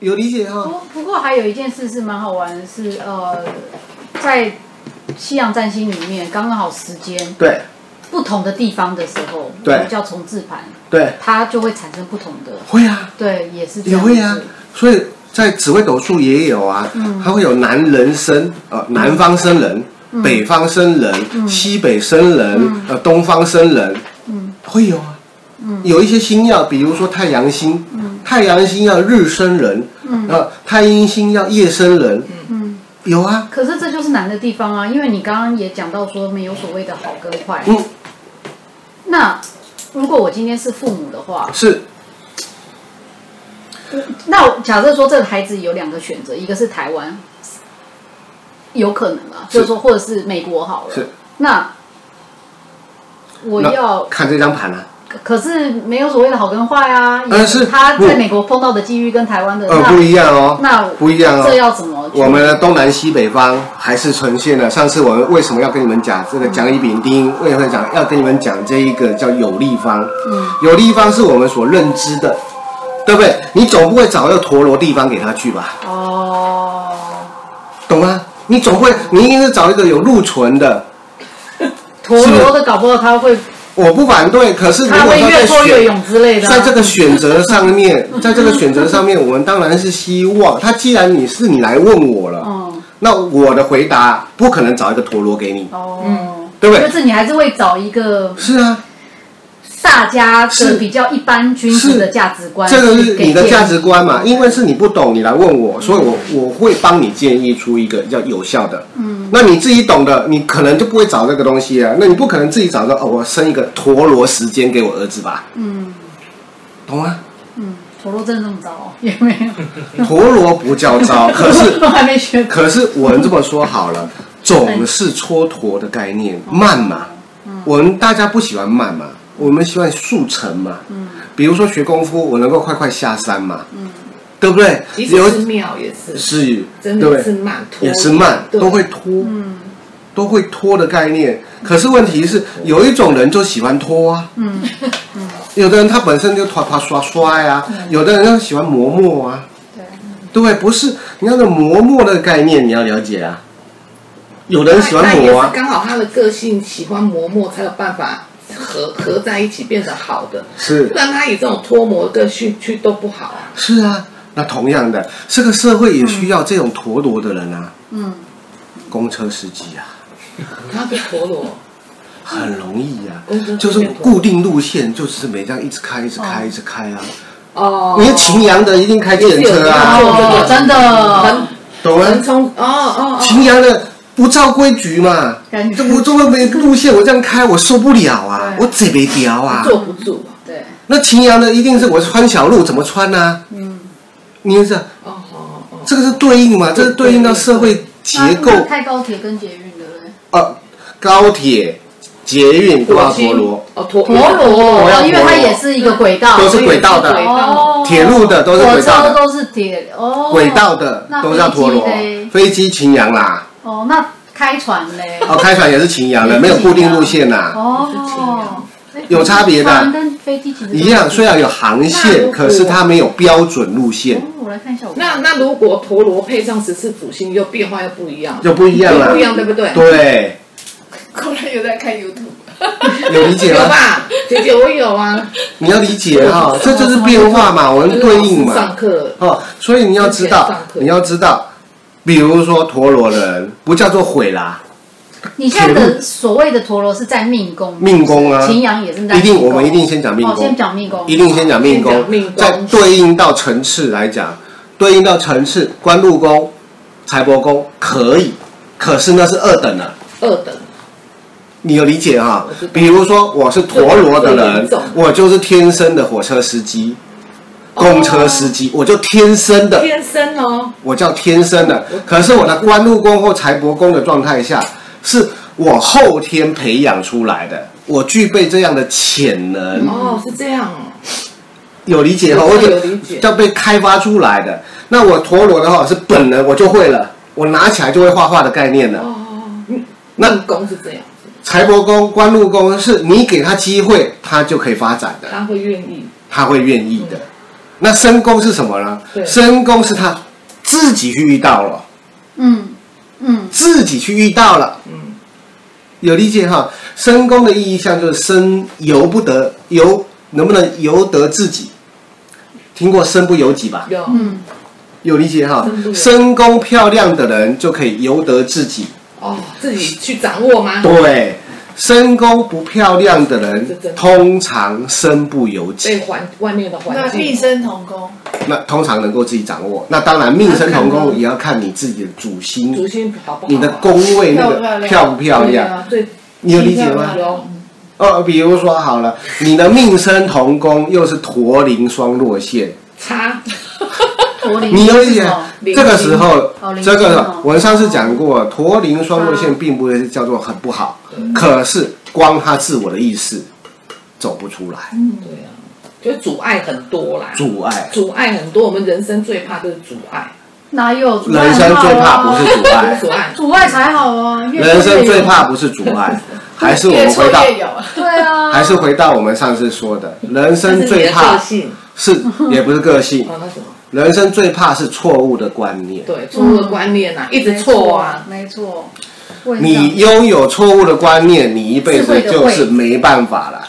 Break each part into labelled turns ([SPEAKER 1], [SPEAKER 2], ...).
[SPEAKER 1] 有理解哈。
[SPEAKER 2] 不不过还有一件事是蛮好玩的是，呃，在西洋占星里面，刚刚好时间
[SPEAKER 1] 对
[SPEAKER 2] 不同的地方的时候，
[SPEAKER 1] 对
[SPEAKER 2] 我们叫重置盘，
[SPEAKER 1] 对，
[SPEAKER 2] 它就会产生不同的，
[SPEAKER 1] 会啊，
[SPEAKER 2] 对，也是这嗯
[SPEAKER 1] 也
[SPEAKER 2] 样
[SPEAKER 1] 会啊
[SPEAKER 2] 子。
[SPEAKER 1] 所以在紫微斗数也有啊，它会有南人生，呃，
[SPEAKER 2] 嗯
[SPEAKER 1] 南方生人，北方生人，西北生人，
[SPEAKER 2] 嗯
[SPEAKER 1] 呃，东方生人，嗯，会有啊。有一些星耀，比如说太阳星，
[SPEAKER 2] 嗯
[SPEAKER 1] 太阳星要日生人，然后太阴星要夜生人，
[SPEAKER 2] 嗯，
[SPEAKER 1] 有啊，
[SPEAKER 2] 可是这就是难的地方啊，因为你刚刚也讲到说没有所谓的好跟坏。
[SPEAKER 1] 嗯，
[SPEAKER 2] 那如果我今天是父母的话，
[SPEAKER 1] 是
[SPEAKER 2] 那我假设说这个孩子有两个选择，一个是台湾，有可能啊，就是说或者是美国好了
[SPEAKER 1] 是。
[SPEAKER 2] 那我
[SPEAKER 1] 那
[SPEAKER 2] 要，
[SPEAKER 1] 看这张盘啊，
[SPEAKER 2] 可是没有所谓的好跟坏啊。
[SPEAKER 1] 呃
[SPEAKER 2] 也
[SPEAKER 1] 是
[SPEAKER 2] 他
[SPEAKER 1] 不
[SPEAKER 2] 在美国碰到的机遇跟台湾的
[SPEAKER 1] 呃，不一样哦，
[SPEAKER 2] 那那
[SPEAKER 1] 不一样哦，
[SPEAKER 2] 这要怎么去？
[SPEAKER 1] 我们的东南西北方还是呈现了上次我们为什么要跟你们讲这个甲乙丙丁，为什么讲要跟你们讲这一个叫有利方？嗯，有利方是我们所认知的，对不对？你总不会找一个陀螺地方给他去吧？
[SPEAKER 2] 哦，
[SPEAKER 1] 懂吗？你总会，你一定是找一个有禄存的。
[SPEAKER 2] 陀螺的搞不好他会
[SPEAKER 1] 我不反对，可是如
[SPEAKER 2] 他
[SPEAKER 1] 果
[SPEAKER 2] 会
[SPEAKER 1] 他
[SPEAKER 2] 越
[SPEAKER 1] 在
[SPEAKER 2] 挫
[SPEAKER 1] 选
[SPEAKER 2] 越勇之类的啊。
[SPEAKER 1] 在这个选择上面， 在这个选择上面，我们当然是希望他，既然你是你来问我了，
[SPEAKER 2] 嗯
[SPEAKER 1] 那我的回答不可能找一个陀螺给你，
[SPEAKER 2] 哦，
[SPEAKER 1] 嗯对不对？
[SPEAKER 2] 就是你还是会找一个
[SPEAKER 1] 是啊，
[SPEAKER 2] 大家
[SPEAKER 1] 是
[SPEAKER 2] 的比较一般君子的价值观，
[SPEAKER 1] 这个是你的价值观嘛？
[SPEAKER 2] 给建议
[SPEAKER 1] 因为是你不懂，你来问我，所以我我会帮你建议出一个叫有效的。嗯，那你自己懂的，你可能就不会找这个东西啊。那你不可能自己找到哦，我生一个陀螺时间给我儿子吧？嗯，懂吗？
[SPEAKER 2] 嗯，陀螺真的这么糟哦、也没有，
[SPEAKER 1] 陀螺不叫糟，可是
[SPEAKER 2] 都还没学过。
[SPEAKER 1] 可是我们这么说好了，总是蹉跎的概念，慢嘛。我们大家不喜欢慢嘛，我们喜欢速成嘛。嗯，比如说学功夫，我能够快快下山嘛。嗯，对不对？
[SPEAKER 3] 即使是庙也是，
[SPEAKER 1] 是，
[SPEAKER 3] 真
[SPEAKER 1] 对
[SPEAKER 3] 的
[SPEAKER 1] 不
[SPEAKER 3] 是
[SPEAKER 1] 对
[SPEAKER 3] 慢拖，
[SPEAKER 1] 也是慢，
[SPEAKER 3] 对
[SPEAKER 1] 都会拖，都会拖的概念。可是问题
[SPEAKER 3] 嗯
[SPEAKER 1] 是，有一种人就喜欢拖啊，
[SPEAKER 2] 嗯
[SPEAKER 1] 有的人他本身就啪啪刷刷呀、
[SPEAKER 3] 嗯
[SPEAKER 1] 有的人他喜欢磨墨啊，
[SPEAKER 2] 对，
[SPEAKER 1] 对不对？不是你那个磨墨的概念，你要了解啊。有的人喜欢
[SPEAKER 3] 那也
[SPEAKER 1] 磨
[SPEAKER 3] 是
[SPEAKER 1] 啊，
[SPEAKER 3] 刚好他的个性喜欢磨磨，才有办法合合在一起变成好的。
[SPEAKER 1] 是
[SPEAKER 3] 不然他以这种脱模的兴趣都不好啊。
[SPEAKER 1] 是啊。那同样的，这个社会也需要这种陀螺的人啊，
[SPEAKER 2] 嗯，
[SPEAKER 1] 公车司机啊，
[SPEAKER 3] 他的陀螺，
[SPEAKER 1] 很容易啊
[SPEAKER 2] 嗯
[SPEAKER 3] 公车，
[SPEAKER 1] 就是
[SPEAKER 3] 司机
[SPEAKER 1] 固定路线，就是每这样一直开，一直开，一直开啊。
[SPEAKER 3] 哦
[SPEAKER 1] 你秦阳的一定开电车啊，
[SPEAKER 2] 哦，真的
[SPEAKER 3] 很，
[SPEAKER 1] 懂吗
[SPEAKER 3] 很？冲，哦哦哦，
[SPEAKER 1] 秦阳的不照规矩嘛，
[SPEAKER 2] 感觉
[SPEAKER 1] 这我中国没路线，我这样开我受不了啊，
[SPEAKER 2] 对
[SPEAKER 1] 我嘴没屌啊。
[SPEAKER 3] 坐不住
[SPEAKER 2] 对，
[SPEAKER 1] 那秦阳的一定是我穿小路怎么穿呢、啊？
[SPEAKER 2] 嗯，
[SPEAKER 1] 你也是啊，
[SPEAKER 3] 哦哦哦，
[SPEAKER 1] 这个是对应嘛，这是对应到社会结构
[SPEAKER 2] 啊那那太高铁跟捷运的嘞，
[SPEAKER 1] 呃，高铁、捷运都要陀螺，
[SPEAKER 3] 哦陀
[SPEAKER 2] 陀螺
[SPEAKER 1] 我要陀螺，
[SPEAKER 2] 哦因为它也是一个轨道，
[SPEAKER 1] 都是轨道的
[SPEAKER 3] 轨道
[SPEAKER 2] 哦，
[SPEAKER 1] 铁路的都是轨道的
[SPEAKER 2] 火车都是铁哦，
[SPEAKER 1] 轨道的
[SPEAKER 2] 那
[SPEAKER 1] 都叫陀螺
[SPEAKER 2] 飞机嘞，
[SPEAKER 1] 飞机秦阳啦，
[SPEAKER 2] 哦，那开船嘞，
[SPEAKER 1] 哦，开船也是秦阳的，没有固定路线呐、
[SPEAKER 3] 是这
[SPEAKER 2] 哦
[SPEAKER 3] 样，
[SPEAKER 2] 哎
[SPEAKER 1] 有差别的
[SPEAKER 2] 船跟飞机其实都
[SPEAKER 1] 一样，虽然有航
[SPEAKER 3] 那如
[SPEAKER 1] 线，
[SPEAKER 3] 果
[SPEAKER 1] 可是它没有标准路
[SPEAKER 2] 哦
[SPEAKER 1] 线，，
[SPEAKER 2] 我来看一下我，
[SPEAKER 3] 那那如果陀螺配上十四主星，又变化又不一样，
[SPEAKER 1] 就不一样
[SPEAKER 3] 又
[SPEAKER 1] 了
[SPEAKER 3] 不一。样，对不对？
[SPEAKER 1] 对，
[SPEAKER 4] 果然有在看 YouTube，
[SPEAKER 1] 有理解
[SPEAKER 3] 有
[SPEAKER 1] 吗？
[SPEAKER 3] 吧，姐姐我有啊，
[SPEAKER 1] 你要理解哈、这就是变化嘛，我们对应嘛
[SPEAKER 3] 上。课
[SPEAKER 1] 哦，所以你要知道
[SPEAKER 3] 之前上，课
[SPEAKER 1] 你要知道，比如说陀螺人不叫做毁啦，
[SPEAKER 2] 你现在的所谓的陀螺是在命宫，
[SPEAKER 1] 命宫啊，
[SPEAKER 2] 秦阳也是在
[SPEAKER 1] 一定
[SPEAKER 2] 命宫
[SPEAKER 1] 我们一定先讲命
[SPEAKER 2] 哦，先
[SPEAKER 1] 宫，
[SPEAKER 2] 讲命宫，
[SPEAKER 1] 一定先讲命
[SPEAKER 3] 先
[SPEAKER 1] 宫
[SPEAKER 3] 讲命，宫
[SPEAKER 1] 再对应到层次来讲，对应到层次，官禄宫、财帛宫可以，可是那是二等的。
[SPEAKER 3] 二等，
[SPEAKER 1] 你有理解哈
[SPEAKER 3] 我知道？
[SPEAKER 1] 比如说我是陀螺的
[SPEAKER 3] 最
[SPEAKER 1] 人
[SPEAKER 3] 严重，
[SPEAKER 1] 我就是天生的火车司机、公车司机，我就天生的，
[SPEAKER 3] 哦天生哦，
[SPEAKER 1] 我叫天生的。可是我的官禄宫或财帛宫的状态下，是我后天培养出来的，我具备这样的潜能。
[SPEAKER 3] 哦是这样哦，
[SPEAKER 1] 有理解哈，
[SPEAKER 3] 有
[SPEAKER 1] 我
[SPEAKER 3] 有理解
[SPEAKER 1] 要被开发出来的。那我陀螺的话是本能，我就会了，我拿起来就会画画的概念了。
[SPEAKER 3] 哦，嗯
[SPEAKER 1] 那
[SPEAKER 3] 命宫是这样，
[SPEAKER 1] 财帛宫、官禄宫是你给他机会，他就可以发展的，
[SPEAKER 3] 他会愿意，
[SPEAKER 1] 他会愿意的。那深宫是什么呢？
[SPEAKER 3] 对
[SPEAKER 1] 深宫是他自己去遇到了，
[SPEAKER 2] 嗯嗯
[SPEAKER 1] 自己去遇到了，
[SPEAKER 3] 嗯，
[SPEAKER 1] 有理解哈？深宫的意义像就是身由不得，由能不能由得自己？听过身不由己吧？
[SPEAKER 3] 有，
[SPEAKER 2] 嗯，
[SPEAKER 1] 有理解哈
[SPEAKER 3] 身不由？己
[SPEAKER 1] 身宫漂亮的人就可以由得自己，
[SPEAKER 3] 哦，自己去掌握
[SPEAKER 1] 啊
[SPEAKER 3] 吗？
[SPEAKER 1] 对。身宫不漂亮的
[SPEAKER 3] 这
[SPEAKER 1] 人
[SPEAKER 3] 真的，
[SPEAKER 1] 通常身不由己。
[SPEAKER 3] 被环外面的环
[SPEAKER 4] 那
[SPEAKER 3] 境
[SPEAKER 4] 必生同工，
[SPEAKER 1] 那通常能够自己掌握。那啊当然，命生同宫也要看你自己的主
[SPEAKER 3] 逐
[SPEAKER 1] 星，
[SPEAKER 3] 渐好不好？
[SPEAKER 1] 你的宫位那个
[SPEAKER 4] 漂不漂亮
[SPEAKER 1] 漂不漂
[SPEAKER 3] 对
[SPEAKER 1] 亮？
[SPEAKER 3] 啊，最
[SPEAKER 1] 你有理解吗？
[SPEAKER 3] 有
[SPEAKER 1] 呃，比如说好了，你的命生同宫又是驼铃双落线，
[SPEAKER 3] 差，
[SPEAKER 2] 驼铃
[SPEAKER 1] 你有
[SPEAKER 2] 是哦
[SPEAKER 1] 理
[SPEAKER 2] 什
[SPEAKER 1] 解
[SPEAKER 2] 么？？
[SPEAKER 3] 铃
[SPEAKER 1] 这个时候
[SPEAKER 2] 哦，铃
[SPEAKER 1] 这
[SPEAKER 2] 声
[SPEAKER 1] 个
[SPEAKER 2] 哦
[SPEAKER 1] 我们上次讲过，驼铃双落线并不是叫做很不好，可是光他自我的意识走不出来，
[SPEAKER 3] 对啊，就阻碍很多啦，
[SPEAKER 1] 阻碍。
[SPEAKER 3] 阻碍很多。我们人生最怕就是阻碍，哦
[SPEAKER 2] 哪有阻碍
[SPEAKER 1] 人生最怕
[SPEAKER 2] 好啊
[SPEAKER 1] 不是阻碍，
[SPEAKER 3] 阻碍。
[SPEAKER 2] 阻碍才好啊，越
[SPEAKER 1] 人生最怕
[SPEAKER 2] 不
[SPEAKER 1] 不是阻碍，还是我
[SPEAKER 4] 越
[SPEAKER 1] 们
[SPEAKER 4] 挫
[SPEAKER 1] 回到
[SPEAKER 4] 越有。
[SPEAKER 2] 对啊，
[SPEAKER 1] 还是回到我们上次说的，人
[SPEAKER 3] 但
[SPEAKER 1] 生
[SPEAKER 3] 是你
[SPEAKER 1] 最
[SPEAKER 3] 的个
[SPEAKER 1] 怕
[SPEAKER 3] 性
[SPEAKER 1] 是也不是个 性，
[SPEAKER 3] 哦，那什么？
[SPEAKER 1] 人生最怕是错误的观念。
[SPEAKER 3] 对，错误的观念
[SPEAKER 4] 嗯
[SPEAKER 3] 啊，一直
[SPEAKER 2] 没
[SPEAKER 3] 错啊，，
[SPEAKER 2] 没错。我也
[SPEAKER 1] 你
[SPEAKER 2] 这样
[SPEAKER 1] 拥有错误的观念，你一辈
[SPEAKER 2] 智
[SPEAKER 1] 子
[SPEAKER 2] 慧的
[SPEAKER 1] 就
[SPEAKER 2] 慧
[SPEAKER 1] 是没办法了，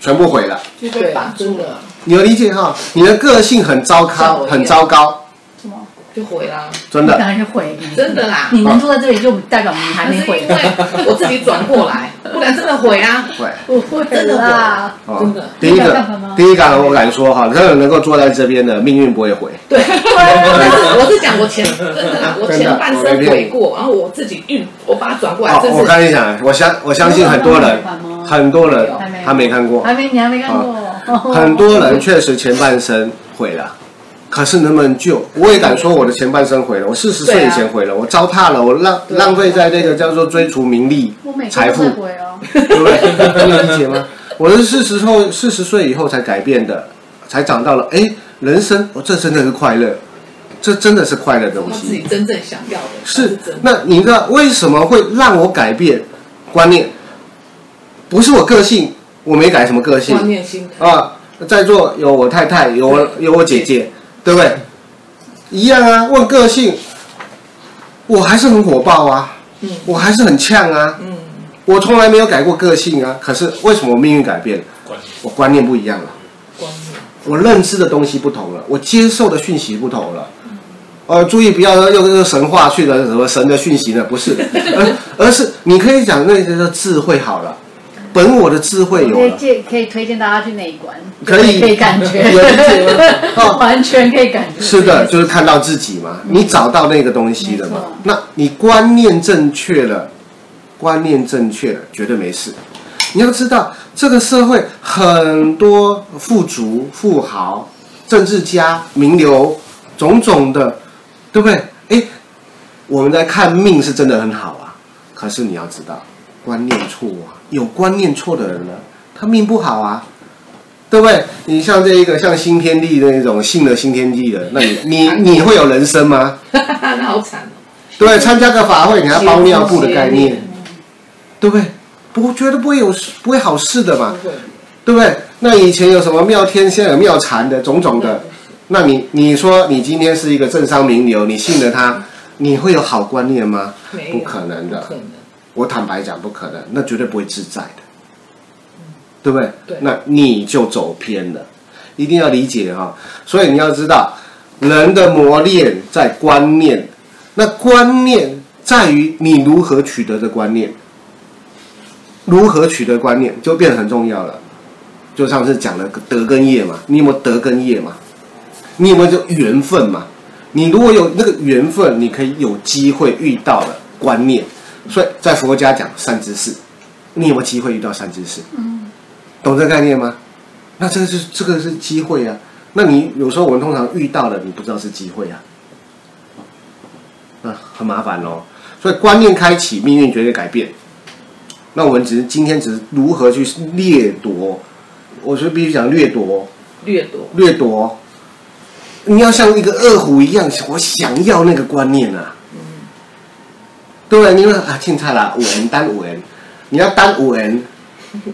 [SPEAKER 1] 全部毁了。
[SPEAKER 4] 就被
[SPEAKER 3] 对
[SPEAKER 4] 绑
[SPEAKER 3] 啊，
[SPEAKER 4] 住
[SPEAKER 3] 真
[SPEAKER 4] 了。
[SPEAKER 3] 的
[SPEAKER 1] 你有理解哈？你的个性很糟
[SPEAKER 2] 啊
[SPEAKER 3] 像
[SPEAKER 1] 糕，
[SPEAKER 3] 我一样
[SPEAKER 1] 很糟糕，
[SPEAKER 2] 什么？
[SPEAKER 3] 就毁啦，
[SPEAKER 1] 真
[SPEAKER 2] 当
[SPEAKER 1] 的。
[SPEAKER 2] 然是毁。
[SPEAKER 3] 真的啦。
[SPEAKER 2] 你能坐在这里，就代表你还
[SPEAKER 3] 那
[SPEAKER 2] 没
[SPEAKER 3] 是因
[SPEAKER 2] 毁
[SPEAKER 3] 为。我自己转过来，不然真的毁啊，
[SPEAKER 1] 会
[SPEAKER 2] 我啊会
[SPEAKER 3] 真的毁
[SPEAKER 2] 啦。
[SPEAKER 1] 哦
[SPEAKER 3] 真的
[SPEAKER 1] 第一
[SPEAKER 2] 你想
[SPEAKER 1] 个
[SPEAKER 2] 干嘛吗，
[SPEAKER 1] 第一个我敢说哈，真的能够坐在这边的命运不会毁。
[SPEAKER 3] 对，但是我是讲我前真的啦，我前半
[SPEAKER 1] 真的我没
[SPEAKER 3] 生
[SPEAKER 1] 骗你
[SPEAKER 3] 悔过，然后我自己运，我把它转过来，
[SPEAKER 1] 哦
[SPEAKER 3] 这，
[SPEAKER 1] 我
[SPEAKER 3] 是
[SPEAKER 1] 跟你讲，我相我相信很多人
[SPEAKER 2] 那个没有办法吗，
[SPEAKER 1] 很多人
[SPEAKER 2] 还没
[SPEAKER 1] 他没看过，
[SPEAKER 2] 还没，你还没看过。
[SPEAKER 1] 很多人确实前半生毁了，可是能不能救？我也敢说我的前半生毁了，我四十
[SPEAKER 2] 啊
[SPEAKER 1] 岁以前毁了，我糟蹋了，我浪
[SPEAKER 3] 对啊
[SPEAKER 1] 浪费在那个叫做追逐名利
[SPEAKER 2] 我每、
[SPEAKER 1] 财
[SPEAKER 2] 天都
[SPEAKER 1] 富
[SPEAKER 2] 在，毁哦。
[SPEAKER 1] 对不对？你有理解吗？我是四十后四十岁以后才改变的，才长到了，哎，人生哦，这真的是快乐，这真的是快乐的东
[SPEAKER 3] 我自己
[SPEAKER 1] 西。
[SPEAKER 3] 真正想要的，
[SPEAKER 1] 是
[SPEAKER 3] 真，的。
[SPEAKER 1] 那你知道为什么会让我改变观念？不是我个性，我没改什么个性，
[SPEAKER 3] 观念心态，
[SPEAKER 1] 啊，在座有我太太，有我有我姐姐，对不对？一样啊，问个性，我还是很火爆啊，
[SPEAKER 3] 嗯
[SPEAKER 1] 我还是很呛啊，
[SPEAKER 3] 嗯，
[SPEAKER 1] 我从来没有改过个性啊。可是为什么我命运改变了？我观念不一样了，
[SPEAKER 3] 观念
[SPEAKER 1] 我认知的东西不同了，我接受的讯息不同了。呃，注意不要用这个神话去的什么神的讯息呢？不 是，而而是你可以讲那些的智慧好了，本我的智慧有
[SPEAKER 2] 可以
[SPEAKER 1] 了。
[SPEAKER 2] 借可以推荐大家去内观，
[SPEAKER 1] 可以
[SPEAKER 2] 可以感觉
[SPEAKER 1] 有 理解吗哦，
[SPEAKER 2] 完全可以感觉。
[SPEAKER 1] 是的，就是看到自己嘛，你找到那个东西了嘛
[SPEAKER 2] 没
[SPEAKER 1] 那
[SPEAKER 2] 错，
[SPEAKER 1] 你观念正确了，观念正确了，绝对没事。你要知道，这个社会很多富足、富豪、政治家、名流，种种的，对不对？诶，我们在看命是真的很好啊，可是你要知道，观念错啊，有观念错的人呢，他命不好啊。对不对？你像这一个像新天地的那种信了新天地的，那你你你会有人生吗？
[SPEAKER 3] 哈哈，那好惨哦，
[SPEAKER 1] 对不对，参加个法会，你还包尿布的概念，对不对？不觉得不会有不会好事的嘛，
[SPEAKER 3] 不会，
[SPEAKER 1] 对不对？那以前有什么妙天，现在有妙禅的种种的，那你你说你今天是一个政商名流，你信了他，你会有好观念吗？
[SPEAKER 3] 没有
[SPEAKER 1] 不可能的
[SPEAKER 3] 不可能，
[SPEAKER 1] 我坦白讲，不可能，那绝对不会自在的，对不对？
[SPEAKER 3] 对
[SPEAKER 1] 那你就走偏了，一定要理解哈、所以你要知道，人的磨练在观念，那观念在于你如何取得的观念，如何取得观念就变得很重要了。就上次讲了德跟业嘛，你有没有德跟业嘛？你有没有这缘分嘛？你如果有那个缘分，你可以有机会遇到了观念。所以在佛家讲善知识，你有没有机会遇到善知识？
[SPEAKER 2] 嗯，
[SPEAKER 1] 懂这个概念吗？那这个是这个是机会啊。那你有时候我们通常遇到的，你不知道是机会啊，那很麻烦哦。所以观念开启，命运绝对改变。那我们只是今天只是如何去掠夺，我说必须讲掠夺哦，
[SPEAKER 3] 掠夺，
[SPEAKER 1] 掠夺。你要像一个饿虎一样，我想要那个观念啊。对不对？你说啊，青菜啦，五元单五元，你要单五元，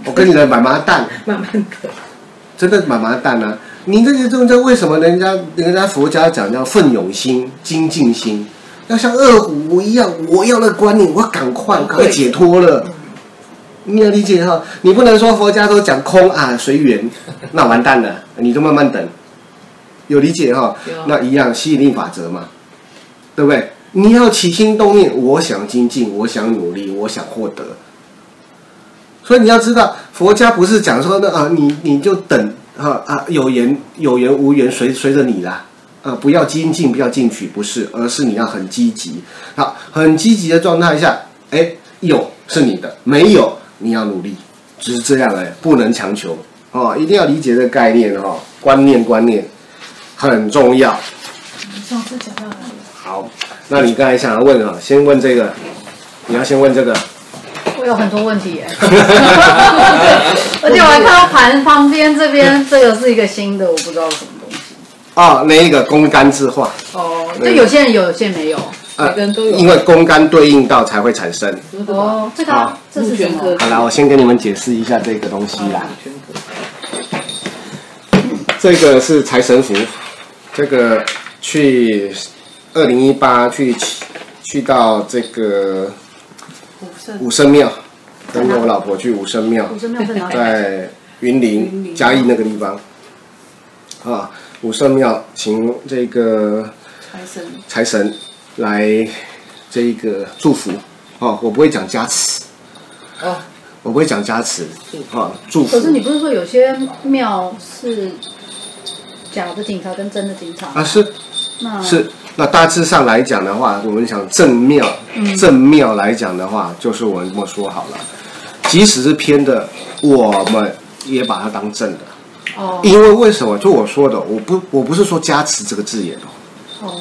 [SPEAKER 1] 我跟你的妈妈蛋，
[SPEAKER 3] 慢慢的，
[SPEAKER 1] 真的妈妈蛋啊！你这些宗教为什么人家人家佛家讲叫奋勇心、精进心，要像二虎一样，我要那观念，我赶快赶快解脱了。你要理解哈，你不能说佛家都讲空啊随缘，那完蛋了，你就慢慢等。有理解哈
[SPEAKER 3] 有？
[SPEAKER 1] 那一样吸引力法则嘛，对不对？你要起心动念，我想精进，我想努力，我想获得。所以你要知道，佛家不是讲说那啊，你你就等啊啊，有缘有缘无缘随随着你啦，啊，不要精进，不要进取，不是，而是你要很积极，好，很积极的状态下，哎，有是你的，没有你要努力，只是这样哎，不能强求哦，一定要理解这个概念哦，观念观念很重要。
[SPEAKER 4] 上次讲到哪里？
[SPEAKER 1] 好，那你刚才想要问啊，先问这个，你要先问这个，
[SPEAKER 2] 我有很多 问题耶，而且我还看到盘旁边这边这个是一个新的，我不知道是什么东西。
[SPEAKER 1] 哦，那一个公干之化。呃
[SPEAKER 2] 哦，就有些人有，有些人没有。
[SPEAKER 3] 每个人都有
[SPEAKER 1] 因为公干对应到才会产生。
[SPEAKER 3] 就是这个
[SPEAKER 2] 哦，这个啊
[SPEAKER 1] 好
[SPEAKER 2] 这是什
[SPEAKER 3] 陆泉
[SPEAKER 2] 么
[SPEAKER 3] 哥？
[SPEAKER 1] 好啦，我先跟你们解释一下这个东西啦。
[SPEAKER 3] 全科
[SPEAKER 1] 这个是财神符，这个去二零一八去去到这个
[SPEAKER 4] 五圣
[SPEAKER 1] 武圣庙，跟我老婆去武圣庙，
[SPEAKER 2] 古生庙在哪里？
[SPEAKER 1] 在云
[SPEAKER 4] 云
[SPEAKER 1] 林
[SPEAKER 4] 林
[SPEAKER 1] 嘉义那个地方啊，武圣庙请这个
[SPEAKER 4] 财神，
[SPEAKER 1] 财神来这一个祝福哦，我不会讲加持，
[SPEAKER 3] 哦，
[SPEAKER 1] 我不会讲加持哦，祝福。
[SPEAKER 2] 可是你不是说有些庙是假的警察跟真的警察？
[SPEAKER 1] 啊，是
[SPEAKER 2] 那
[SPEAKER 1] 是，那大致上来讲的话，我们讲正庙，正庙来讲的话，就是我们这么说好了，即使是偏的，我们也把它当正的，
[SPEAKER 2] 哦
[SPEAKER 1] 因为为什么？就我说的，我不我不是说加持这个字眼哦，
[SPEAKER 2] 哦，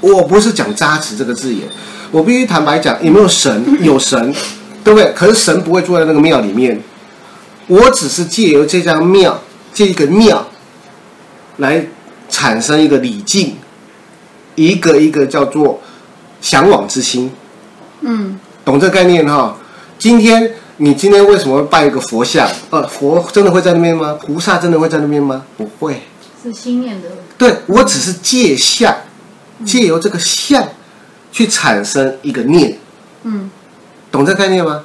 [SPEAKER 1] 我不是讲加持这个字眼，我必须坦白讲，有没有神？有神，对不对？可是神不会住在那个庙里面，我只是借由这张庙，借一个庙，来产生一个礼敬，一个一个叫做向往之心，
[SPEAKER 2] 嗯，
[SPEAKER 1] 懂这概念哈、今天你今天为什么会拜一个佛像？呃，佛真的会在那边吗？菩萨真的会在那边吗？不会。
[SPEAKER 2] 是心念的
[SPEAKER 1] 对我只是借相，
[SPEAKER 2] 嗯
[SPEAKER 1] 借由这个相去产生一个念，
[SPEAKER 2] 嗯，
[SPEAKER 1] 懂这概念吗？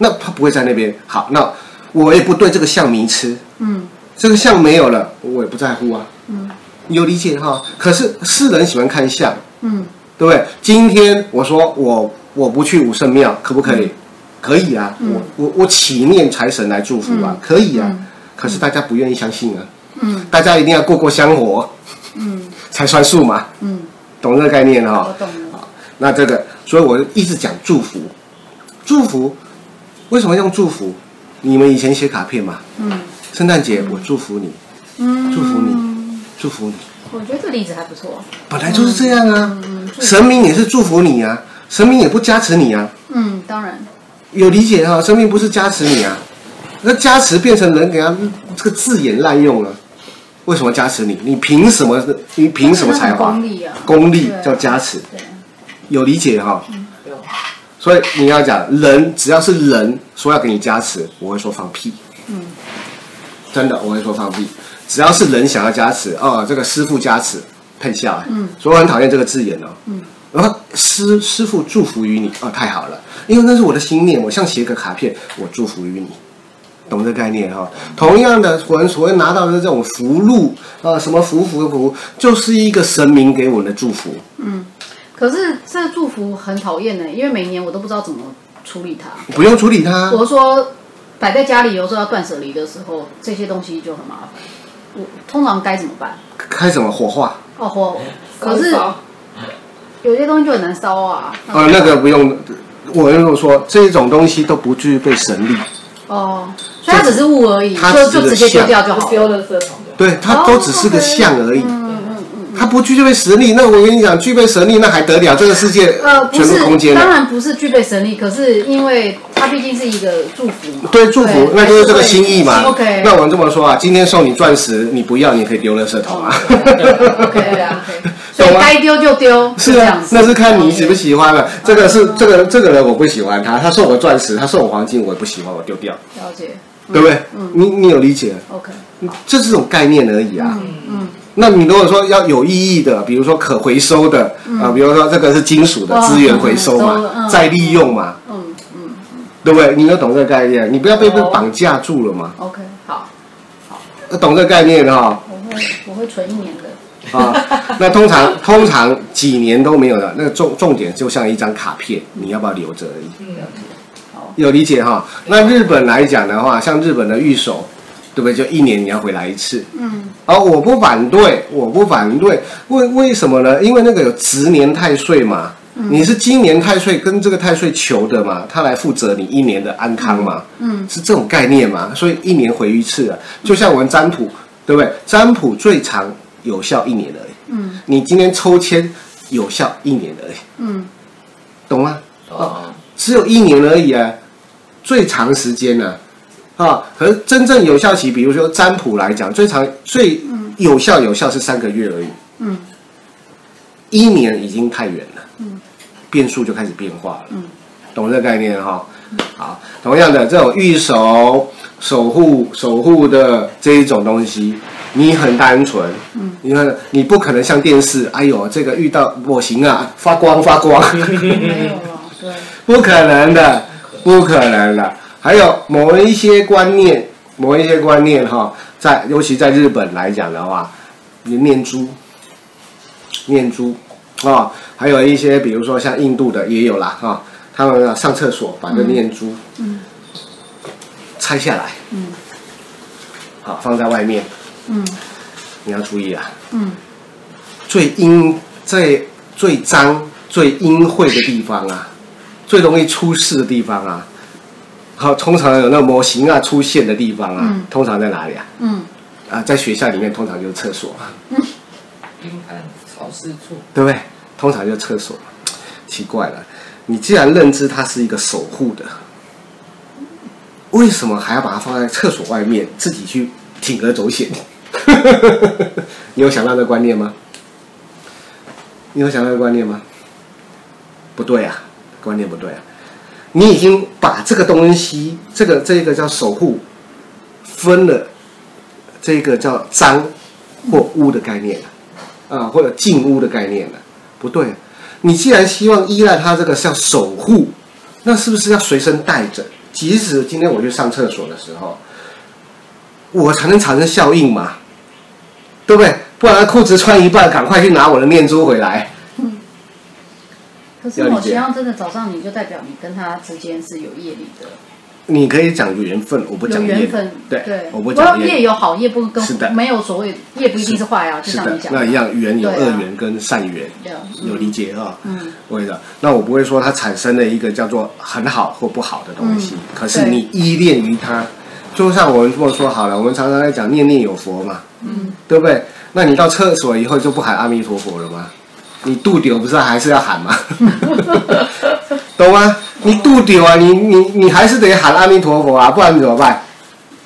[SPEAKER 1] 那他不会在那边。好，那我也不对这个相迷痴，
[SPEAKER 2] 嗯
[SPEAKER 1] 这个相没有了，我也不在乎啊。
[SPEAKER 2] 嗯，
[SPEAKER 1] 有理解哈？可是世人喜欢看相，
[SPEAKER 2] 嗯
[SPEAKER 1] 对不对？今天我说我我不去武圣庙，可不可
[SPEAKER 2] 嗯
[SPEAKER 1] 以？可以啊，我我我祈念财神来祝福啊，可以啊。可是大家不愿意相信啊，
[SPEAKER 2] 嗯
[SPEAKER 1] 大家一定要过过香火
[SPEAKER 2] 嗯
[SPEAKER 1] 才算数嘛。
[SPEAKER 2] 嗯，
[SPEAKER 1] 懂这个概念
[SPEAKER 2] 我
[SPEAKER 1] 哈、
[SPEAKER 2] 懂了。
[SPEAKER 1] 那这个，所以我一直讲祝福，祝福为什么用祝福？你们以前写卡片嘛，
[SPEAKER 2] 嗯
[SPEAKER 1] 圣诞节我祝福你，
[SPEAKER 2] 嗯，
[SPEAKER 1] 祝福你，祝福你，
[SPEAKER 2] 我觉得这例子还不错。
[SPEAKER 1] 本来就是这样啊。
[SPEAKER 2] 嗯
[SPEAKER 1] 神明也是祝福你啊，神明也不加持你啊，
[SPEAKER 2] 嗯，当然。
[SPEAKER 1] 有理解哈、神明不是加持你啊，那加持变成人给他这个字眼滥用了。为什么加持你？你凭什么？你凭什么才华？
[SPEAKER 2] 功力啊？
[SPEAKER 1] 功力
[SPEAKER 2] 对
[SPEAKER 1] 叫加持。
[SPEAKER 2] 对，
[SPEAKER 1] 有理解哈、
[SPEAKER 3] 有
[SPEAKER 1] 所以你要讲人，只要是人说要给你加持，我会说放屁。
[SPEAKER 2] 嗯，
[SPEAKER 1] 真的我会说放屁。只要是人想要加持，哦，这个师傅加持，配下来。
[SPEAKER 2] 嗯，
[SPEAKER 1] 所以我很讨厌这个字眼哦。嗯，然后师师傅祝福于你，哦，太好了，因为那是我的心念，我像写个卡片，我祝福于你。懂这概念哈、
[SPEAKER 2] 嗯
[SPEAKER 1] 同样的，我们所谓拿到的这种福禄，呃，什么福福福，就是一个神明给我们的祝福。
[SPEAKER 2] 可是这祝福很讨厌欸呢，因为每年我都不知道怎么处理它。
[SPEAKER 1] 不用处理它，
[SPEAKER 2] 我说摆在家里，有时候要断舍离的时候，这些东西就很麻烦。我通常该怎么办？
[SPEAKER 1] 开什么火化？
[SPEAKER 2] 哦嚯！可
[SPEAKER 3] 很
[SPEAKER 2] 是
[SPEAKER 3] 少
[SPEAKER 2] 有些东西就很难烧啊。
[SPEAKER 1] 呃，那个不用，我跟我说，这种东西都不具备神力，
[SPEAKER 2] 哦，所以它只是物而已，
[SPEAKER 1] 它
[SPEAKER 2] 就
[SPEAKER 1] 只是
[SPEAKER 2] 就直接丢
[SPEAKER 1] 像
[SPEAKER 2] 掉就
[SPEAKER 3] 就
[SPEAKER 2] 好
[SPEAKER 3] 丢
[SPEAKER 2] 了。
[SPEAKER 3] 了这桶的，
[SPEAKER 1] 对，
[SPEAKER 2] 哦
[SPEAKER 1] 它都只是个像而已，
[SPEAKER 2] 嗯
[SPEAKER 1] 它不具备神力。那我跟你讲，具备神力那还得了？这个世界
[SPEAKER 2] 呃，不
[SPEAKER 1] 全部
[SPEAKER 2] 是
[SPEAKER 1] 空，间
[SPEAKER 2] 当
[SPEAKER 1] 了，
[SPEAKER 2] 然不是具备神力，可是因为它毕竟是一个祝福 嘛。
[SPEAKER 1] 对，祝福
[SPEAKER 2] 对
[SPEAKER 1] 那就是这个心意嘛。
[SPEAKER 2] OK
[SPEAKER 1] 那我们这么说啊，今天送你钻石，你不要，你可以丢垃圾桶啊。
[SPEAKER 2] OK 啊，OK，所以
[SPEAKER 1] 懂吗
[SPEAKER 2] 该丢就丢，
[SPEAKER 1] 是
[SPEAKER 2] 这
[SPEAKER 1] 啊
[SPEAKER 2] 样，子。
[SPEAKER 1] 那是看你喜不喜欢了。这个是这个这个人我不喜欢他，他送我钻石，他送我黄金，我不喜欢，我丢掉。
[SPEAKER 2] 了解。
[SPEAKER 1] 对不对？
[SPEAKER 2] 嗯
[SPEAKER 1] 你你有理解？
[SPEAKER 2] OK，
[SPEAKER 1] 嗯这是种概念而已啊。
[SPEAKER 2] 嗯，
[SPEAKER 1] 那你如果说要有意义的，比如说可回收的啊，比如说这个是金属的
[SPEAKER 2] 哦
[SPEAKER 1] 资源回收
[SPEAKER 2] 嗯嗯
[SPEAKER 1] 嘛，再利用嘛，
[SPEAKER 2] 嗯嗯
[SPEAKER 1] 对不对？你要懂这个概念，你不要被被
[SPEAKER 2] 哦
[SPEAKER 1] 绑架住了嘛。
[SPEAKER 2] ，OK，好，
[SPEAKER 1] 要懂这个概念的哈
[SPEAKER 2] 我会我会存一年的。
[SPEAKER 1] 啊。 那通常通常几年都没有了，那个重重点就像一张卡片，你要不要留着而已。
[SPEAKER 3] 嗯，
[SPEAKER 1] 有理解哈。那日本来讲的话，像日本的御守，对不对？就一年你要回来一次。
[SPEAKER 2] 嗯，
[SPEAKER 1] 而我不反对，我不反对。为为什么呢？因为那个有值年太岁嘛，
[SPEAKER 2] 嗯
[SPEAKER 1] 你是今年太岁跟这个太岁求的嘛，他来负责你一年的安康嘛，
[SPEAKER 2] 嗯，
[SPEAKER 1] 是这种概念嘛。所以一年回一次啊，就像我们占卜，对不对？占卜最长有效一年而已。
[SPEAKER 2] 嗯，
[SPEAKER 1] 你今天抽签有效一年而已，
[SPEAKER 2] 嗯
[SPEAKER 1] 懂吗？
[SPEAKER 3] 哦，
[SPEAKER 1] 只有一年而已啊，最长时间呢、啊，啊，可是真正有效期，比如说占卜来讲，最长最有效有效是三个月而已，
[SPEAKER 2] 嗯，
[SPEAKER 1] 一年已经太远了，嗯，变数就开始变化了，
[SPEAKER 2] 嗯，
[SPEAKER 1] 懂这个概念哈、好，同样的这种预守、守护、守护的这一种东西，你很单纯，嗯，你看你不可能像电视，哎呦，这个遇到我行啊，发光发光。
[SPEAKER 2] 没有了，对，
[SPEAKER 1] 不可能的，不可能的。还有某一些观念，某一些观念哈，在尤其在日本来讲的话，你念珠，念珠啊、还有一些比如说像印度的也有啦哈、他们啊上厕所把这念珠，嗯，拆下来，嗯，好放在外面，
[SPEAKER 2] 嗯
[SPEAKER 1] 你要注意啊，
[SPEAKER 2] 嗯
[SPEAKER 1] 最阴、最最脏、最阴晦的地方啊，最容易出事的地方啊，好，通常有那模型啊出现的地方啊，
[SPEAKER 2] 嗯
[SPEAKER 1] 通常在哪里啊？
[SPEAKER 2] 嗯
[SPEAKER 1] 啊，在学校里面通常就是厕所啊嘛，
[SPEAKER 3] 阴暗潮湿处，
[SPEAKER 1] 对不对？通常就是厕所嘛。奇怪了，你既然认知它是一个守护的，为什么还要把它放在厕所外面，自己去铤而走险？ 你有想到这个观念吗？你有想到这个观念吗？不对啊，观念不对啊！你已经把这个东西，这个这个叫守护，分了这个叫脏或污的概念了。啊，或者进屋的概念了。不对，啊你既然希望依赖它这个是要守护，那是不是要随身带着？即使今天我去上厕所的时候，我才能产生效应嘛，对不对？不然裤子穿一半，赶快去拿我的念珠回来。
[SPEAKER 2] 嗯。可是某些样真的早上你就代表你跟他之间是有业力的，
[SPEAKER 1] 你可以讲缘分，我不
[SPEAKER 2] 有
[SPEAKER 1] 讲业
[SPEAKER 2] 缘分，
[SPEAKER 1] 对，
[SPEAKER 2] 对，
[SPEAKER 1] 我不
[SPEAKER 2] 要
[SPEAKER 1] 讲
[SPEAKER 2] 业
[SPEAKER 1] 业。
[SPEAKER 2] 有好业不跟
[SPEAKER 1] 是的
[SPEAKER 2] 没有所谓业不一定是坏啊，就是像
[SPEAKER 1] 的
[SPEAKER 2] 你，讲的
[SPEAKER 1] 那一样缘有
[SPEAKER 2] 对啊
[SPEAKER 1] 恶缘跟善缘，
[SPEAKER 2] 对啊
[SPEAKER 1] 有理解啊、
[SPEAKER 2] 嗯
[SPEAKER 1] 为了，那我不会说它产生了一个叫做很好或不好的东西，
[SPEAKER 2] 嗯
[SPEAKER 1] 可是你依恋于它，就像我们这么说好了，我们常常在讲念念有佛嘛，
[SPEAKER 2] 嗯
[SPEAKER 1] 对不对？那你到厕所以后就不喊阿弥陀佛了吗？你度丢不是还是要喊 吗？懂吗？你度丢啊，你你你还是得喊阿弥陀佛啊，不然你怎么办？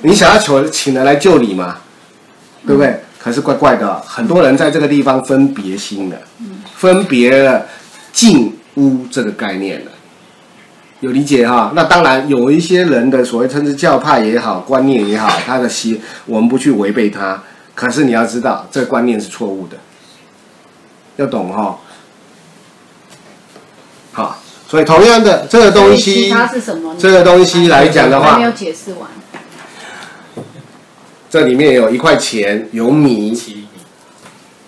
[SPEAKER 1] 你想要求请人来救你嘛，对不对？可是怪怪的，很多人在这个地方分别心了，
[SPEAKER 2] 嗯
[SPEAKER 1] 分别了进屋这个概念了。有理解哈？那当然，有一些人的所谓称之教派也好，观念也好，他的习我们不去违背他。可是你要知道，这个观念是错误的，要懂哈。好，所以同样的这个东
[SPEAKER 2] 所以其
[SPEAKER 1] 西，
[SPEAKER 2] 他是什么？你
[SPEAKER 1] 这个东西来讲的
[SPEAKER 2] 还
[SPEAKER 1] 话
[SPEAKER 2] 没，有解释完。
[SPEAKER 1] 这里面有一块钱，有米，
[SPEAKER 5] 七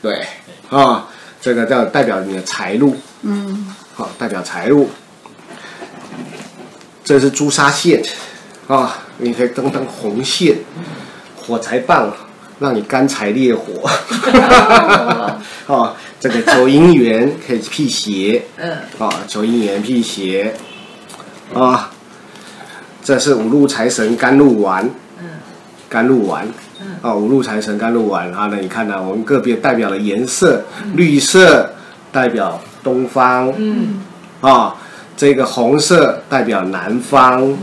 [SPEAKER 1] 对，啊、这个叫代表你的财路，
[SPEAKER 2] 嗯
[SPEAKER 1] 好、代表财路。这是朱砂线，啊、你可以当当红线，火柴棒，让你干柴烈火。哦，这个求姻缘可以辟邪，
[SPEAKER 3] 嗯，
[SPEAKER 1] 啊、求姻缘辟邪，啊、这是五路财神甘露丸，
[SPEAKER 3] 嗯，
[SPEAKER 1] 甘露丸，啊、五路财神甘露丸啊，那你看呢、我们个别代表的颜色，绿色代表东方，
[SPEAKER 3] 嗯，
[SPEAKER 1] 啊、这个红色代表南方，
[SPEAKER 2] 嗯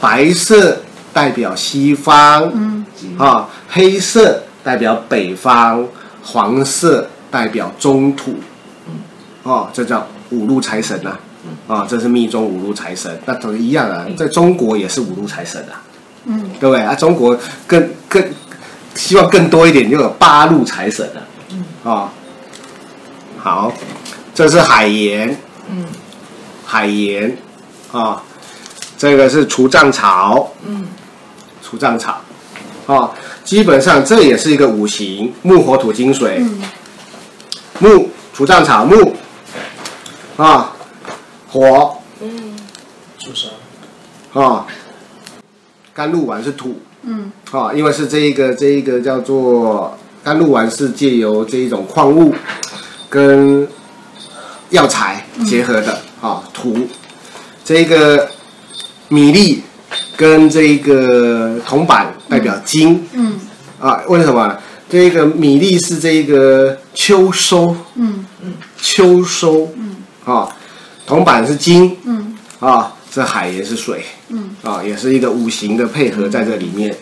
[SPEAKER 1] 白色代表西方，
[SPEAKER 2] 嗯
[SPEAKER 1] 啊、黑色代表北方，黄色代表中土，
[SPEAKER 2] 嗯
[SPEAKER 1] 哦，这叫五路财神呐、啊。这是密宗五路财神，那都一样啊，在中国也是五路财神啊，
[SPEAKER 2] 嗯，
[SPEAKER 1] 对不对啊？中国更更希望更多一点，就有八路财神了，嗯哦，好，这是海盐，
[SPEAKER 3] 嗯
[SPEAKER 1] 海盐啊、这个是除障草，
[SPEAKER 3] 嗯，
[SPEAKER 1] 除障草啊、基本上这也是一个五行木火土金水，
[SPEAKER 2] 嗯
[SPEAKER 1] 木除障草木啊、火
[SPEAKER 3] 嗯
[SPEAKER 5] 朱砂，
[SPEAKER 1] 啊、甘露丸是土
[SPEAKER 2] 嗯
[SPEAKER 1] 啊、因为是这一个这一个叫做甘露丸是借由这一种矿物跟药材
[SPEAKER 2] 嗯
[SPEAKER 1] 结合的啊、土这个米粒跟这一个铜板代表金。
[SPEAKER 2] 嗯
[SPEAKER 1] 啊，为什么？这个米粒是这个秋收，
[SPEAKER 2] 嗯
[SPEAKER 1] 秋收，啊，铜板是金，
[SPEAKER 2] 嗯
[SPEAKER 1] 啊，这海也是水，
[SPEAKER 2] 嗯
[SPEAKER 1] 啊，也是一个五行的配合在这里面，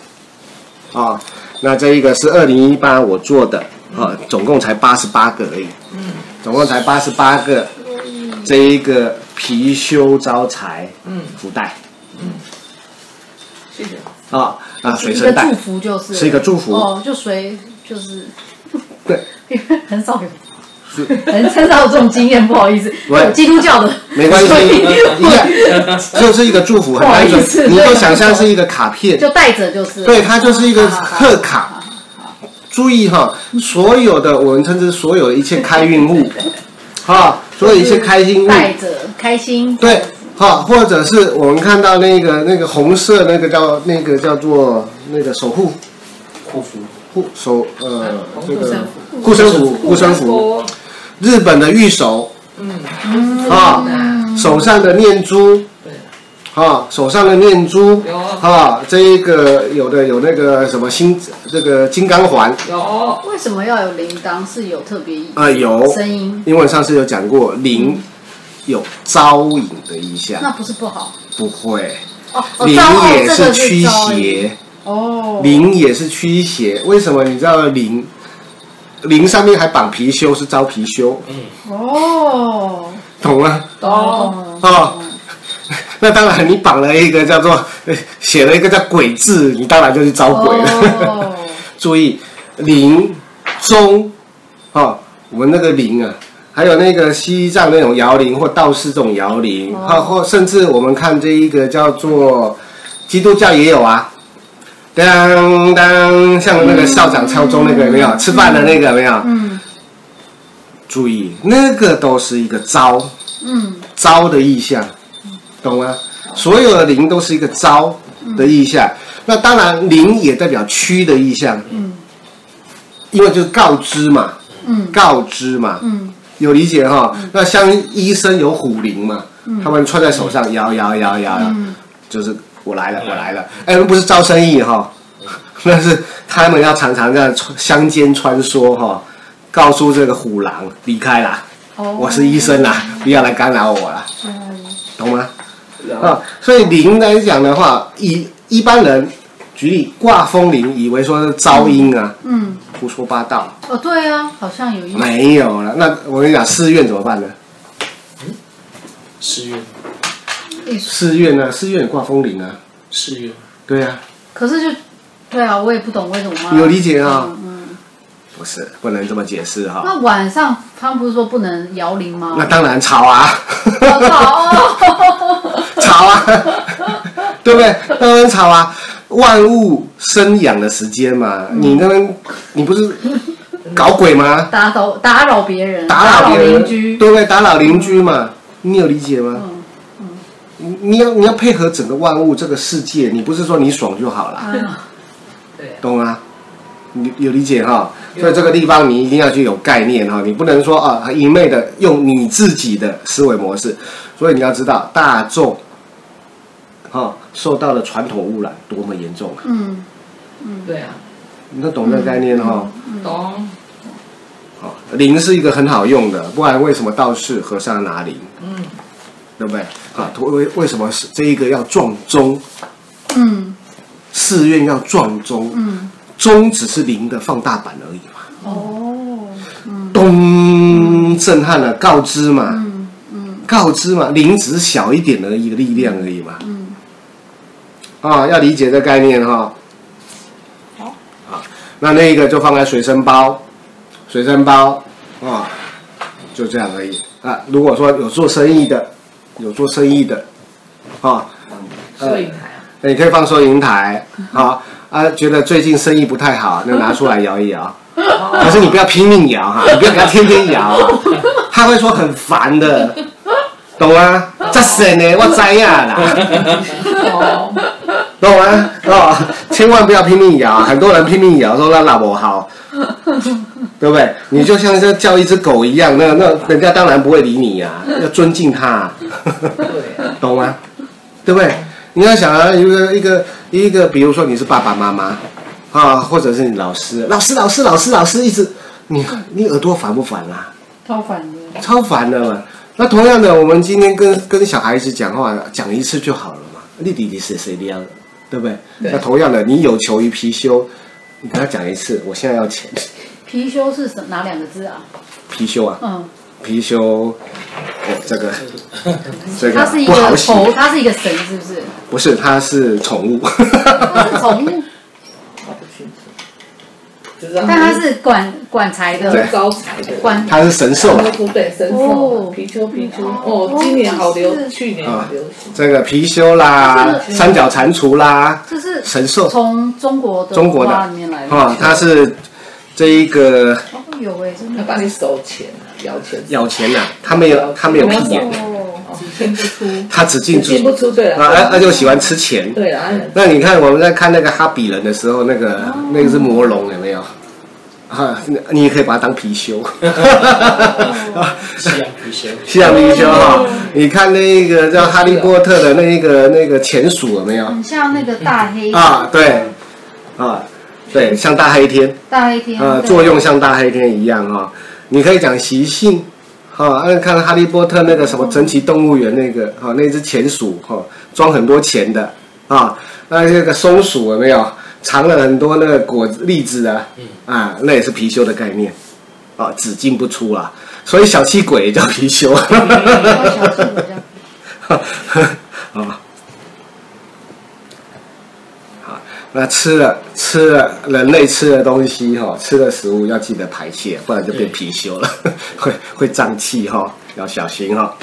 [SPEAKER 1] 啊，那这一个是二零一八我做的，啊，总共才八十八个而已，
[SPEAKER 2] 嗯
[SPEAKER 1] 总共才八十八个，这一个貔貅招财
[SPEAKER 3] 嗯，
[SPEAKER 1] 福袋，
[SPEAKER 3] 谢谢。
[SPEAKER 1] 啊啊，随
[SPEAKER 2] 一
[SPEAKER 1] 身
[SPEAKER 2] 个
[SPEAKER 1] 带
[SPEAKER 2] 祝，福就是
[SPEAKER 1] 是一个祝福
[SPEAKER 2] 哦，就随就是
[SPEAKER 1] 对，
[SPEAKER 2] 因为很少有
[SPEAKER 1] 是
[SPEAKER 2] 很很少有这种经验，不好 意思，
[SPEAKER 1] 喂
[SPEAKER 2] 我基督教的
[SPEAKER 1] 没关系，
[SPEAKER 2] 所以
[SPEAKER 1] 你看，就是一个祝福，很单
[SPEAKER 2] 不好意思
[SPEAKER 1] 纯。你就想象是一个卡片，
[SPEAKER 2] 就带着就是
[SPEAKER 1] 对，它就是一个
[SPEAKER 2] 好好好
[SPEAKER 1] 贺卡。注意哈，所有的我们称之所有的一切开运物，哈，所有一切开心物，
[SPEAKER 2] 嗯带着开心
[SPEAKER 1] 对，哈，或者是我们看到那个那个红色那个叫那个叫做那个守护
[SPEAKER 5] 护肤，
[SPEAKER 1] 护手呃
[SPEAKER 3] 嗯
[SPEAKER 1] 这
[SPEAKER 3] 护
[SPEAKER 1] 个
[SPEAKER 3] 身
[SPEAKER 1] 护身符护身符，日本的御守
[SPEAKER 3] 嗯，
[SPEAKER 1] 啊，
[SPEAKER 3] 嗯
[SPEAKER 1] 手上的念珠，
[SPEAKER 3] 对，
[SPEAKER 1] 啊，手上的念珠
[SPEAKER 3] 有
[SPEAKER 1] 啊，这一个有的有那个什么金这个金刚环
[SPEAKER 3] 有，
[SPEAKER 2] 为什么要有铃铛？是有特别意义
[SPEAKER 1] 啊、有，
[SPEAKER 2] 声音，
[SPEAKER 1] 因为上次有讲过铃有招引的意
[SPEAKER 2] 那
[SPEAKER 1] 象，
[SPEAKER 2] 不是不好
[SPEAKER 1] 不会，
[SPEAKER 2] 哦。哦
[SPEAKER 1] 铃
[SPEAKER 2] 招哦
[SPEAKER 1] 也
[SPEAKER 2] 这
[SPEAKER 1] 是
[SPEAKER 2] 个
[SPEAKER 1] 驱
[SPEAKER 2] 招引
[SPEAKER 1] 邪，
[SPEAKER 2] 哦，
[SPEAKER 1] 铃也是驱邪，为什么你知道铃？铃上面还绑貔貅，是招貔貅，
[SPEAKER 2] 哦，
[SPEAKER 1] 懂吗？
[SPEAKER 2] 哦，
[SPEAKER 1] 哦， 那当然，你绑了一个叫做呃写了一个叫鬼字，你当然就去招鬼了。
[SPEAKER 2] 哦，
[SPEAKER 1] 注意铃钟，哦，我们那个铃啊，还有那个西藏那种摇铃或道士这种摇铃，
[SPEAKER 2] 哦
[SPEAKER 1] 或、或甚至我们看这一个叫做基督教也有啊，当当，像那个校长敲钟那个有没有？吃饭的那个有没有？
[SPEAKER 2] 嗯
[SPEAKER 1] 注意，那个都是一个招
[SPEAKER 2] 嗯
[SPEAKER 1] 招的意象，懂吗？所有的铃都是一个招的意象，那当然铃也代表驱的意象，
[SPEAKER 2] 嗯
[SPEAKER 1] 因为就是告知嘛，
[SPEAKER 2] 嗯
[SPEAKER 1] 告知嘛，
[SPEAKER 2] 嗯
[SPEAKER 1] 有理解哈？那像医生有虎铃嘛，他们穿在手上摇摇摇摇，摇，
[SPEAKER 2] 嗯，
[SPEAKER 1] 就是我来了，我来了。哎，那不是招生意哈， 那是他们要常常这样穿乡间穿梭哈，告诉这个虎狼离开啦，
[SPEAKER 2] 哦，
[SPEAKER 1] 我是医生啦，不要来干扰我啦，
[SPEAKER 2] 嗯
[SPEAKER 1] 懂吗？
[SPEAKER 5] 然后
[SPEAKER 1] 啊，所以铃来讲的话，以一般人举例挂风铃，以为说是招阴啊，
[SPEAKER 2] 嗯，
[SPEAKER 1] 胡说八道，
[SPEAKER 2] 哦，对啊，好像有一
[SPEAKER 1] 没有了。那我跟你讲，寺院怎么办呢？
[SPEAKER 5] 四月，
[SPEAKER 1] 寺院啊，寺院也挂风铃啊，
[SPEAKER 5] 四月，
[SPEAKER 1] 对啊，
[SPEAKER 2] 可是就对啊，我也不懂为什么
[SPEAKER 1] 有理解啊
[SPEAKER 2] 嗯，嗯
[SPEAKER 1] 不是不能这么解释哈、
[SPEAKER 2] 那晚上他们不是说不能摇铃吗？
[SPEAKER 1] 那当然吵啊，
[SPEAKER 2] 我操！哦
[SPEAKER 1] 吵啊， 对不对？当然吵啊，万物生养的时间嘛，你那边你不是搞鬼吗？
[SPEAKER 2] 打扰打扰别人，
[SPEAKER 1] 打扰别人，
[SPEAKER 2] 邻居，
[SPEAKER 1] 对不对？打扰邻居嘛，你有理解吗？
[SPEAKER 2] 嗯
[SPEAKER 1] 你你要你要配合整个万物这个世界，你不是说你爽就好了，
[SPEAKER 2] 啊，
[SPEAKER 3] 对，
[SPEAKER 1] 懂吗？你有理解哈，所以这个地方你一定要去有概念哈，你不能说啊一昧的用你自己的思维模式，所以你要知道大众，哈、受到了传统污染多么严重啊，
[SPEAKER 2] 嗯
[SPEAKER 3] 对啊，
[SPEAKER 1] 你都懂这个概念哈。
[SPEAKER 3] 懂，
[SPEAKER 1] 好、灵是一个很好用的，不然为什么道士和尚拿灵，
[SPEAKER 3] 嗯，
[SPEAKER 1] 对不对？啊，为为什么是这一个要撞钟，
[SPEAKER 2] 嗯
[SPEAKER 1] 寺院要撞钟，
[SPEAKER 2] 嗯，
[SPEAKER 1] 钟只是灵的放大版而已嘛，
[SPEAKER 2] 哦，嗯
[SPEAKER 1] 咚，震撼了，告知嘛。
[SPEAKER 2] 嗯嗯
[SPEAKER 1] 告知嘛，零只是小一点而已，力量而已嘛，
[SPEAKER 2] 嗯
[SPEAKER 1] 啊、要理解这概念哈、
[SPEAKER 4] 好
[SPEAKER 1] 啊，那那一个就放在随身包，随身包啊、就这样而已啊。如果说有做生意的，有做生意的，啊、
[SPEAKER 3] 摄影台
[SPEAKER 1] 哎
[SPEAKER 3] 啊，
[SPEAKER 1] 那你可以放收银台，好啊，觉得最近生意不太好，那拿出来摇一摇。可是你不要拼命摇哈，你不要给他天天摇啊，他会说很烦的，懂吗？这神呢，我知呀啦，懂吗？哦，千万不要拼命摇，很多人拼命摇说那老婆好，对不对？你就像是叫一只狗一样，那那人家当然不会理你呀、啊要尊敬他、
[SPEAKER 3] 对啊，
[SPEAKER 1] 懂吗？对不对？你要想啊，一个一个一个，比如说你是爸爸妈妈啊，或者是你老师，老师老师老师老师一直，你你耳朵烦不烦啦、
[SPEAKER 2] 超烦的。
[SPEAKER 1] 超烦的嘛。那同样的，我们今天跟跟小孩子讲话，讲一次就好了嘛，你弟弟谁谁的样子，对不对？那同样的，你有求于貔貅，你跟他讲一次，我现在要钱，
[SPEAKER 2] 貔貅是什哪两个字啊？
[SPEAKER 1] 貔貅啊，
[SPEAKER 2] 嗯，
[SPEAKER 1] 貔貅，哦，这个这个
[SPEAKER 2] 它是一
[SPEAKER 1] 不好
[SPEAKER 2] 个
[SPEAKER 1] 洗，
[SPEAKER 2] 头，它是一个神，是不是？
[SPEAKER 1] 不是，它是宠物。
[SPEAKER 2] 它是宠物，
[SPEAKER 3] 搞不清楚，只知道
[SPEAKER 2] 但它是管管财的
[SPEAKER 1] 对
[SPEAKER 3] 招财的。
[SPEAKER 2] 管。
[SPEAKER 1] 它是神兽啊，
[SPEAKER 3] 对神兽啊，貔貅貔貅哦，今年好流，去年好流行，
[SPEAKER 1] 这个貔貅啦，
[SPEAKER 2] 这个
[SPEAKER 1] 三角蟾蜍啦，
[SPEAKER 2] 这是
[SPEAKER 1] 神兽
[SPEAKER 2] 从中国的
[SPEAKER 1] 中国的
[SPEAKER 2] 花里面来的
[SPEAKER 1] 啊，它是这一个
[SPEAKER 2] 哦有哎，真
[SPEAKER 3] 要
[SPEAKER 2] 的
[SPEAKER 3] 把你手钱摇钱，
[SPEAKER 1] 咬钱呐、它没有它没有屁眼，
[SPEAKER 2] 哦，
[SPEAKER 4] 只进不出，
[SPEAKER 1] 它只进
[SPEAKER 3] 进不
[SPEAKER 1] 出
[SPEAKER 3] 出对
[SPEAKER 1] 啊，那
[SPEAKER 3] 了，
[SPEAKER 1] 那就喜欢吃钱。
[SPEAKER 3] 对了，
[SPEAKER 1] 那你看我们在看那个哈比人的时候，那个、那个是魔龙有没有？啊，你你也可以把它当貔貅，
[SPEAKER 5] 西洋皮鞋，
[SPEAKER 1] 西洋貔貅哈。啊你看那个叫哈利波特的那一个那个钱鼠有没有？
[SPEAKER 2] 很像那个大黑
[SPEAKER 1] 啊，对，啊，对，像大黑天。
[SPEAKER 2] 大黑天
[SPEAKER 1] 呃，
[SPEAKER 2] 对
[SPEAKER 1] 作用像大黑天一样哈、你可以讲习性，哈、啊，看哈利波特那个什么神奇动物园那个，哈、那只钱鼠哈、装很多钱的啊，那这个松鼠有没有藏了很多那个果子栗子啊？啊，那也是貔貅的概念，啊，只进不出啦，所以小气鬼也叫貔貅，
[SPEAKER 2] 然后小气鬼这 样
[SPEAKER 1] 啊。好，那吃了吃了人类吃的东西哈、吃的食 物要记得排泄，不然就变貔貅了，会会胀气哈、要小心哈、